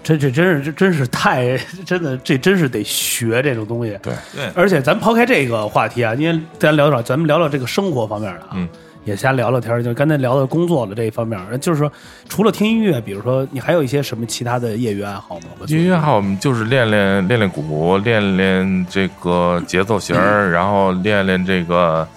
S2: 这这真是这真是太真的，这真是得学这种东西。
S3: 对
S5: 对
S2: 而且咱抛开这个话题啊，因为咱聊到咱们聊聊这个生活方面的啊，
S3: 嗯
S2: 也瞎聊聊天儿，就是刚才聊到工作的这一方面儿，就是说除了听音乐，比如说你还有一些什么其他的业余爱好吗？我觉得
S3: 音乐号就是练练练练鼓，练练这个节奏型儿，然后练练这个，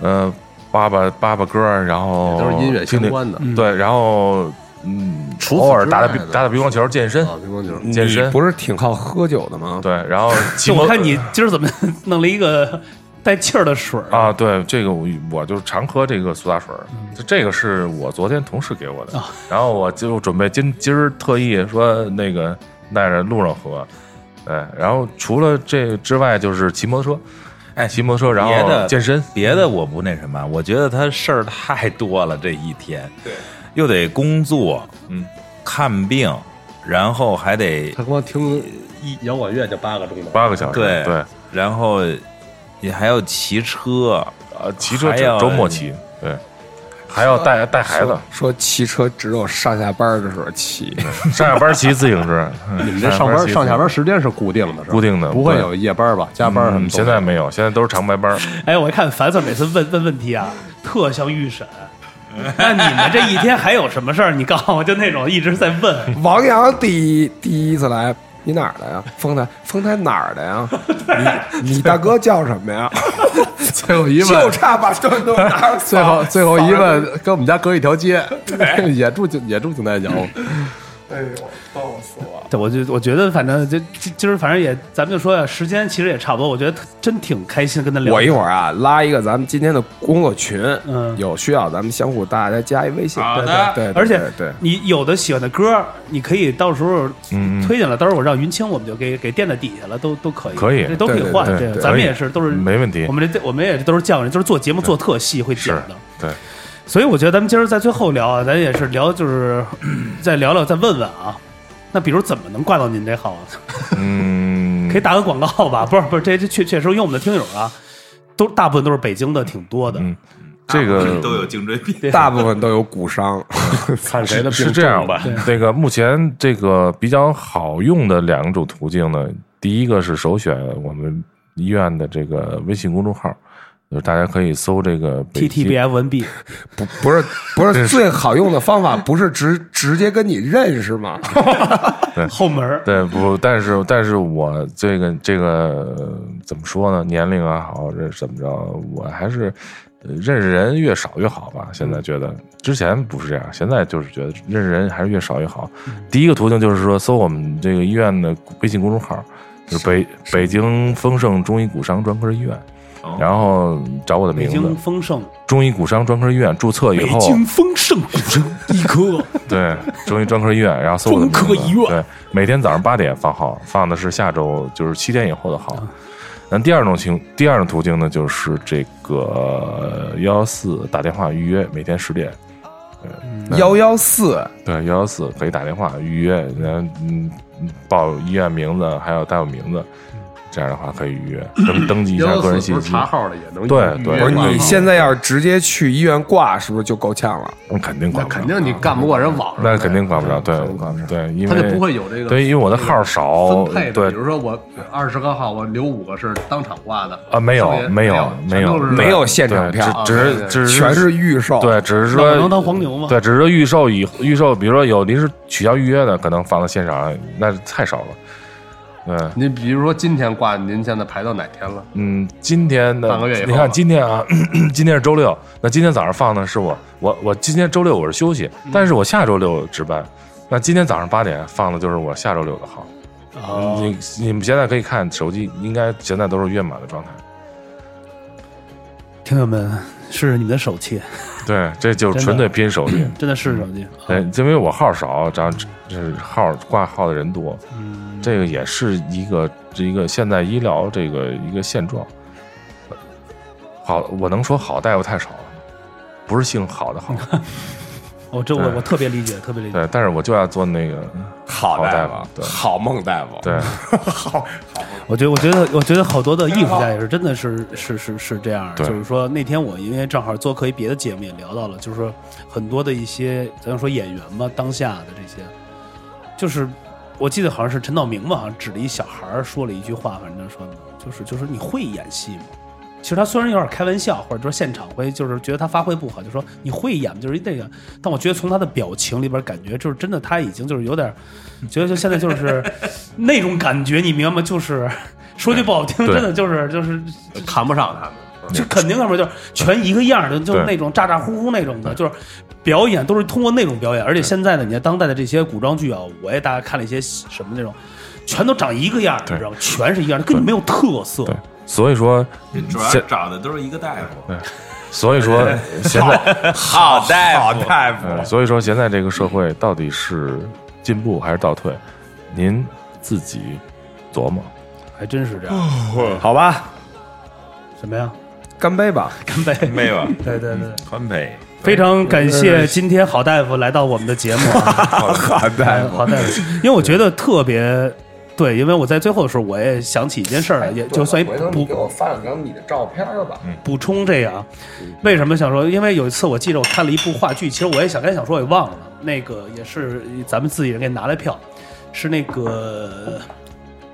S3: 呃，叭叭叭叭歌儿，然后
S6: 都是音乐相关的
S3: 听听对，然后嗯，偶尔打打乒打打乒乓球，健身，
S6: 啊，乒乓球。
S3: 健身
S4: 你不是挺好喝酒的吗？
S3: 对，然后骑
S2: 就
S3: 摩
S2: 我看你今儿怎么 弄了一个带气儿的水儿
S3: 啊，对，这个我我就常喝这个苏打水儿，
S6: 嗯
S3: 就这个是我昨天同事给我
S6: 啊
S3: 的，然后我就准备今今儿特意说那个带着路上喝，哎，然后除了这个之外就是骑摩托车，
S5: 哎
S3: 骑摩托车然
S5: 别的
S3: 后呃健身，
S5: 别的我不那什么，我觉得他事儿太多了，这一天，对，又得工作，嗯，看病，然后还得
S6: 他光听一摇滚乐就八个钟 头，
S3: 八个小时，
S5: 对
S3: 对
S5: 然后你还要骑车，
S3: 呃，骑车
S5: 还
S3: 只
S5: 要
S3: 周末骑，对，还要带带孩子，
S4: 说骑车只有上下班的时候骑，
S6: 嗯
S3: 上下班骑自行车，
S6: 你们
S3: 嗯
S6: 这上班
S3: 骑
S6: 上
S3: 自行
S6: 下
S3: 车
S6: 班时间是固定的，是吧
S3: 固定的
S6: 不会
S3: 对
S6: 有夜班吧？ 加班什么
S3: 嗯，
S6: 都没有？
S3: 现在没有，现在都是长白班儿，
S2: 哎，我一看樊 Sir 每次问问问题啊，特像预 审。那你们这一天还有什么事儿？你告诉我，就那种一直在问，
S4: 王阳第一第一次来，你哪儿的呀？丰台，丰台哪儿的 呀？你你大哥叫什么呀？
S6: 最后一
S4: 就
S6: 问，
S4: 差把这都拿出来
S6: 最后最后一问，跟我们家隔一条街， 也住井也住井台桥，
S2: 对，我就我觉得，反正就今今儿，反正也，咱们就说呀，时间其实也差不多。我觉得特真挺开心跟他聊。
S4: 我一会儿啊，拉一个咱们今天的工作群，
S2: 嗯
S4: 有需要咱们相互大家加一微信。
S5: 好
S4: 对
S5: 的
S4: 对，对
S2: 而且
S4: 对对，
S2: 你有的喜欢的歌，你可以到时候
S3: 嗯嗯
S2: 推荐了，到时候我让云清，我们就给给垫在底下了，都都可以，
S3: 可以
S2: 这都可以
S4: 对对
S2: 换。
S3: 对
S2: 这
S3: 对
S2: 咱们
S3: 可以
S2: 也是都是
S3: 没问题
S2: 我，们这我们也都是匠人，就是做节目做特细会剪
S3: 是
S2: 的。
S3: 对。
S2: 所以我觉得咱们今儿在最后聊啊，咱也是聊，就是 再聊聊，再问问啊。那比如怎么能挂到您这号啊？
S3: 嗯
S2: 可以打个广告吧？不是不是，这这确确实，因为我们的听友啊，都大部分都是北京的，挺多的。
S3: 嗯这个
S5: 都有颈椎病，
S4: 大部分都有骨伤，
S6: 看谁的病
S3: 是这样
S6: 重吧？
S3: 那个目前这个比较好用的两种途径呢，第一个是首选我们医院的这个微信公众号，就是大家可以搜这个北
S2: T
S3: 极
S2: T B I N B，
S4: 不不是不是最好用的方法，不是直直接跟你认识 吗？
S2: 后门儿
S3: 对不？但是但是我这个这个呃怎么说呢？年龄啊，好这怎么着？我还是呃认识人越少越好吧。
S2: 嗯
S3: 现在觉得之前不是这样，现在就是觉得认识人还是越少越好。
S2: 嗯
S3: 第一个途径就是说搜我们这个医院的微信公众号，就是北北京丰盛中医骨伤专科医院
S5: 哦。
S3: 然后找我的
S2: 北
S3: 名字
S2: 京，丰盛，
S3: 中医骨伤专科医院注册以
S2: 北
S3: 后，
S2: 京丰盛骨伤医科，
S3: 对，中医专科医院，然后搜我的名字
S2: 专科医院
S3: 对，每天早上八点放号，放的是下周就是七点以后的号。那第二种情，第二种途径呢，就是这个呃幺幺四打电话预约，每天十点。
S4: 幺幺四，
S3: 对，幺幺四可以打电话预约，然后嗯，报医院名字，还有单位名字，这样的话可以预约，登登记一
S6: 有
S3: 下
S6: 的
S3: 个人
S6: 死
S3: 信
S6: 不
S3: 息
S6: 是。查号的也能
S3: 对
S6: 预约
S3: 对
S6: 嘛
S4: 不是你现在要是直接去医院挂，是不是就够呛了？
S3: 嗯肯定
S6: 那
S3: 管不了，
S6: 肯定你干不过人网上的，
S3: 那肯定管不了，对
S6: 管不，
S3: 对，因为
S6: 他就不会有这个
S3: 对，因为我的号少
S6: 分配，的。
S3: 对
S6: 比如说我二十个号，我留五个是当场挂的
S3: 啊，没有
S6: 剩下
S3: 没有
S6: 没
S3: 没有
S4: 没有现场票
S3: 对只
S6: 啊
S3: 只只
S4: 全是预售，，
S3: 对，只是
S2: 那我能当
S3: 说
S2: 黄牛吗？
S3: 对，只是说预售以预售，比如说有临时取消预约的，可能放到现场那太少了。对，
S6: 您比如说今天挂，您现在排到哪天了？
S3: 嗯，今天的
S6: 半个月以后
S3: 你
S6: 吧
S3: 看今天啊， 今天是周六，那今天早上放的是我我我今天周六我是休息，
S6: 嗯
S3: 但是我下周六值班。那今天早上八点放的就是我下周六的号。
S2: 哦，
S3: 你你们现在可以看手机，应该现在都是月满的状态。
S2: 听友们，试试你们的手气，
S3: 对，这就是纯粹拼手气。
S2: 真的试试手气。
S3: 对，哎因为我号少，然后这号挂号的人多，
S2: 嗯，
S3: 这个也是一个这一个现在医疗这个一个现状。好，我能说好大夫太少了，不是姓好 的好，
S2: 我哦这我
S3: 对
S2: 我特别理解，特别理解。
S3: 对，但是我就要做那 个
S4: 好
S3: 大
S4: 大
S3: 夫，
S4: 夫，
S3: 对
S4: 好孟大夫，
S3: 对，
S2: 我觉得，我觉得，我觉得好多的艺术家也是，真的是是是是这样儿。
S3: 对
S2: 就是说，那天我因为正好做客一别的节目也聊到了，就是说很多的一些，咱就说演员嘛，当下的这些，就是我记得好像是陈道明吧，好像指着一小孩儿说了一句话，反正说就是就是你会演戏吗？其实他虽然有点开玩笑，或者说现场会就是觉得他发挥不好，就说你会演吗就是那个，但我觉得从他的表情里边感觉，就是真的他已经就是有 点，觉得就现在就是那种感觉，你明白吗？就是说句不好听，
S3: 对
S2: 真的就是就是
S6: 看不上他们。
S2: 就肯定上面就是全一个样儿的，就是
S3: 对
S2: 那种咋咋呼呼那种的，就是表演都是通过那种表演。而且现在呢，你看当代的这些古装剧啊，我也大概看了一些什么那种，全都长一个样儿，你
S3: 对
S2: 知道吗？全是一样的，根本没有特色。
S3: 对所以说
S5: 主要
S3: 现
S5: 找的都是一哎个大夫，
S3: 所以说 现在
S5: 好大夫，
S4: 大夫
S3: 呃， 所以说现在这个社会到底是进步还是倒退，您自己琢磨。
S2: 还真是这样。
S4: 好吧，
S2: 什么呀？
S4: 干杯吧，
S2: 干杯！
S5: 没 有，啊
S2: 对对对，
S5: 宽陪，
S2: 非常感谢今天好大夫来到我们的节目啊。
S4: 好大
S2: 哎，好大夫，因为我觉得特别对，因为我在最后的时候我也想起一件事儿来，也就算一补
S4: 我发两张你的照片吧，
S2: 补充这个啊，为什么想说？因为有一次我记得我看了一部话剧，其实我也想哎该想说，我也忘了。那个也是咱们自己人给拿来票，是那个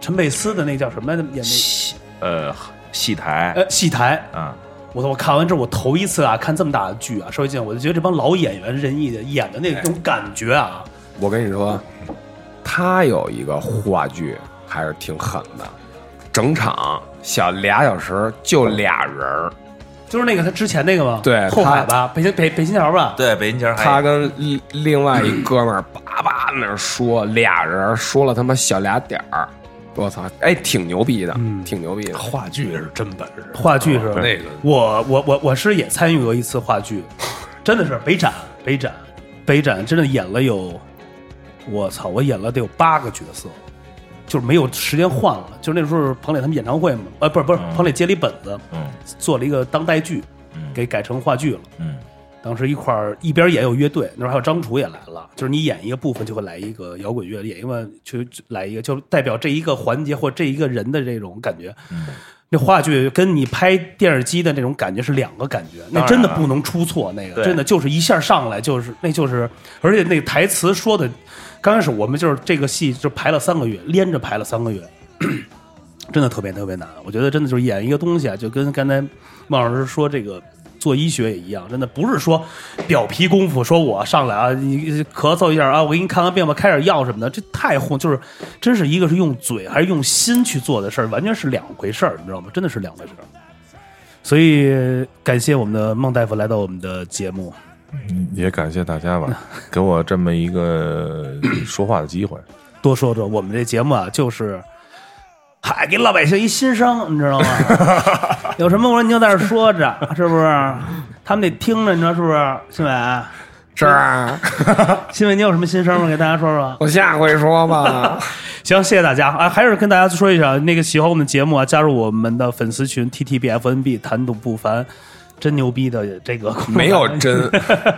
S2: 陈佩斯的那叫什么来着？演那
S5: 戏呃戏台
S2: 呃戏台。
S5: 啊，
S2: 我我看完之后，我头一次啊看这么大的剧啊，稍微进，我就觉得这帮老演员仁义的演的那种感觉啊，
S4: 我跟你说，他有一个话剧还是挺狠的，整场小俩小时就俩人儿，
S2: 就是那个他之前那个嘛，
S4: 对
S2: 后海
S4: 他
S2: 吧，北京北北新桥吧，
S5: 对，北京桥
S6: 哎
S5: 还
S4: 他跟另另外一哥们儿叭叭那儿说，俩人儿说了他妈小俩点儿，我操，哎，挺牛逼的，挺牛逼的。
S6: 嗯话剧是真本事，
S2: 话剧是吧
S6: 那个
S2: 我我我我是也参与过一次话剧，真的是北展北展北展，真的演了有，我操，我演了得有八个角色，就是没有时间换了。就是那时候彭磊他们演唱会嘛，呃，不是不是，彭磊接了一本子，
S5: 嗯
S2: 做了一个当代剧，给改成话剧了。
S5: 嗯
S2: 当时一块儿一边演有乐队，那时候还有张楚也来了，就是你演一个部分就会来一个摇滚乐，演一个就就来一个，就代表这一个环节或这一个人的这种感觉。那话剧跟你拍电视机的那种感觉是两个感觉，那真的不能出错，那个
S5: 对
S2: 真的就是一下上来就是那就是，而且那个台词说的，刚开始我们就是这个戏就排了三个月，连着排了三个月，真的特别特别难。我觉得真的就是演一个东西啊，就跟刚才孟老师说这个做医学也一样，真的不是说表皮功夫，说我上来啊，你咳嗽一下啊，我给你看看病吧，开点药什么的，这太混，就是真是一个是用嘴还是用心去做的事儿，完全是两回事儿，你知道吗？真的是两回事儿。所以感谢我们的孟大夫来到我们的节目，
S3: 也感谢大 家吧，给我这么一个说话的机会。
S2: 多说说我们这节目啊，就是。嗨，给老百姓一心声，你知道吗？ 有什么我说你就在这儿说着，是不是？他们得听着，你知道是不是？新伟，
S4: 是啊，
S2: 新伟，你有什么心声吗？给大家说说。
S4: 我下回说 吧。
S2: 行，谢谢大家啊！还是跟大家说一下，那个喜欢我们的节目啊，加入我们的粉丝群 T T B F N B 谈吐不凡。真牛逼的这个公众号
S4: 没有真。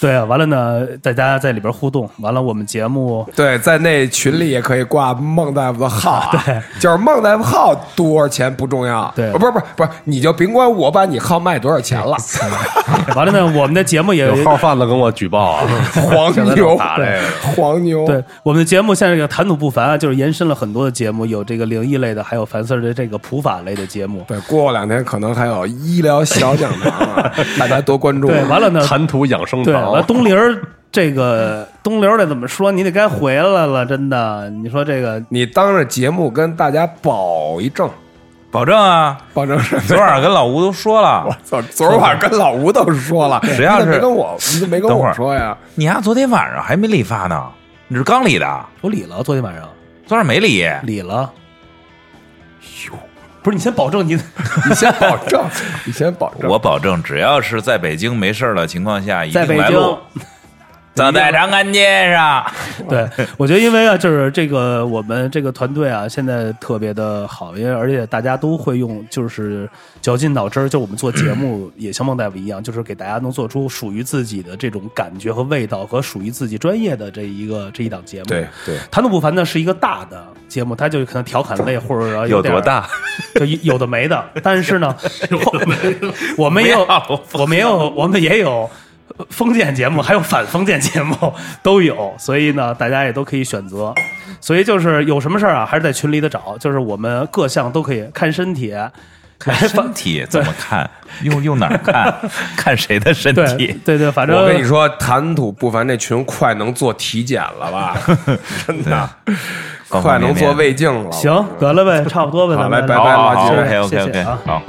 S2: 对啊，完了呢，大家在里边互动，完了我们节目
S4: 对，在那群里也可以挂孟大夫的号、啊，对，就是孟大夫号多少钱不重要，
S2: 对
S4: 哦不是不是不是，你就甭管我把你号卖多少钱了，
S2: 完了呢，我们的节目也
S6: 有号贩子跟我举报啊，
S4: 黄
S6: 现在
S4: 牛
S6: 正打这个。
S4: 黄牛，
S2: 对，我们的节目现在这个谈吐不凡啊，就是延伸了很多的节目，有这个灵异类的，还有樊 Sir 的这个普法类的节目。
S4: 对，过两天可能还有医疗小讲堂啊，大家多关注。
S2: 对，完了呢，
S6: 谈吐养生
S2: 对，完了
S6: 堂，
S2: 东林儿这个东林儿这怎么说？你得该回来了，真的。你说这个
S4: 你当着节目跟大家保一证，
S5: 保证啊！
S4: 保证 是。
S5: 昨晚跟老吴都说了，
S4: 昨 昨晚跟老吴都说了，
S5: 谁要是
S4: 你怎么没跟我，你怎么没跟
S5: 等会
S4: 我
S5: 儿
S4: 说呀？
S5: 你丫、昨天晚上还没理发呢，你是刚理的，
S2: 我理了，昨天晚上
S5: 昨晚没理。
S2: 理了。不是，你先保证你，
S4: 你先保证，你先保证。
S5: 我保证，只要是在北京没事儿的情况下，一
S2: 在
S5: 定
S2: 北
S5: 来
S2: 京
S5: 录。走在长安街上，
S2: 对，我觉得因为啊，就是这个我们这个团队啊，现在特别的好，因为而且大家都会用，就是绞尽脑汁儿，就我们做节目也像孟大夫一样，就是给大家能做出属于自己的这种感觉和味道，和属于自己专业的这一个这一档节目。
S4: 对对，
S2: 谈吐不凡呢是一个大的节目，它就可能调侃类或者
S5: 有
S2: 点
S5: 多
S2: 儿？
S5: 大？
S2: 就有的没的，但是呢，我们也有，我们也有，我们也有封建节目，还有反封建节目都有，所以呢，大家也都可以选择。所以就是有什么事儿啊，还是在群里头找，就是我们各项都可以看身体，
S5: 看身 体哎怎么看？用用哪儿看？看谁的身
S2: 对
S5: 体？
S2: 对对，反正
S4: 我跟你说，谈吐不凡这群快能做体检了吧？ 真的，
S5: 方
S4: 快
S5: 方
S4: 能
S5: 面
S4: 做
S5: 面。
S4: 胃镜了。
S2: 行得了呗，差不多呗，
S4: 好
S2: 咱们
S4: 来拜拜
S5: 好好
S2: 谢谢
S5: ，OK
S2: 谢
S5: OK
S2: 谢
S5: OK，
S2: 啊。
S5: 好。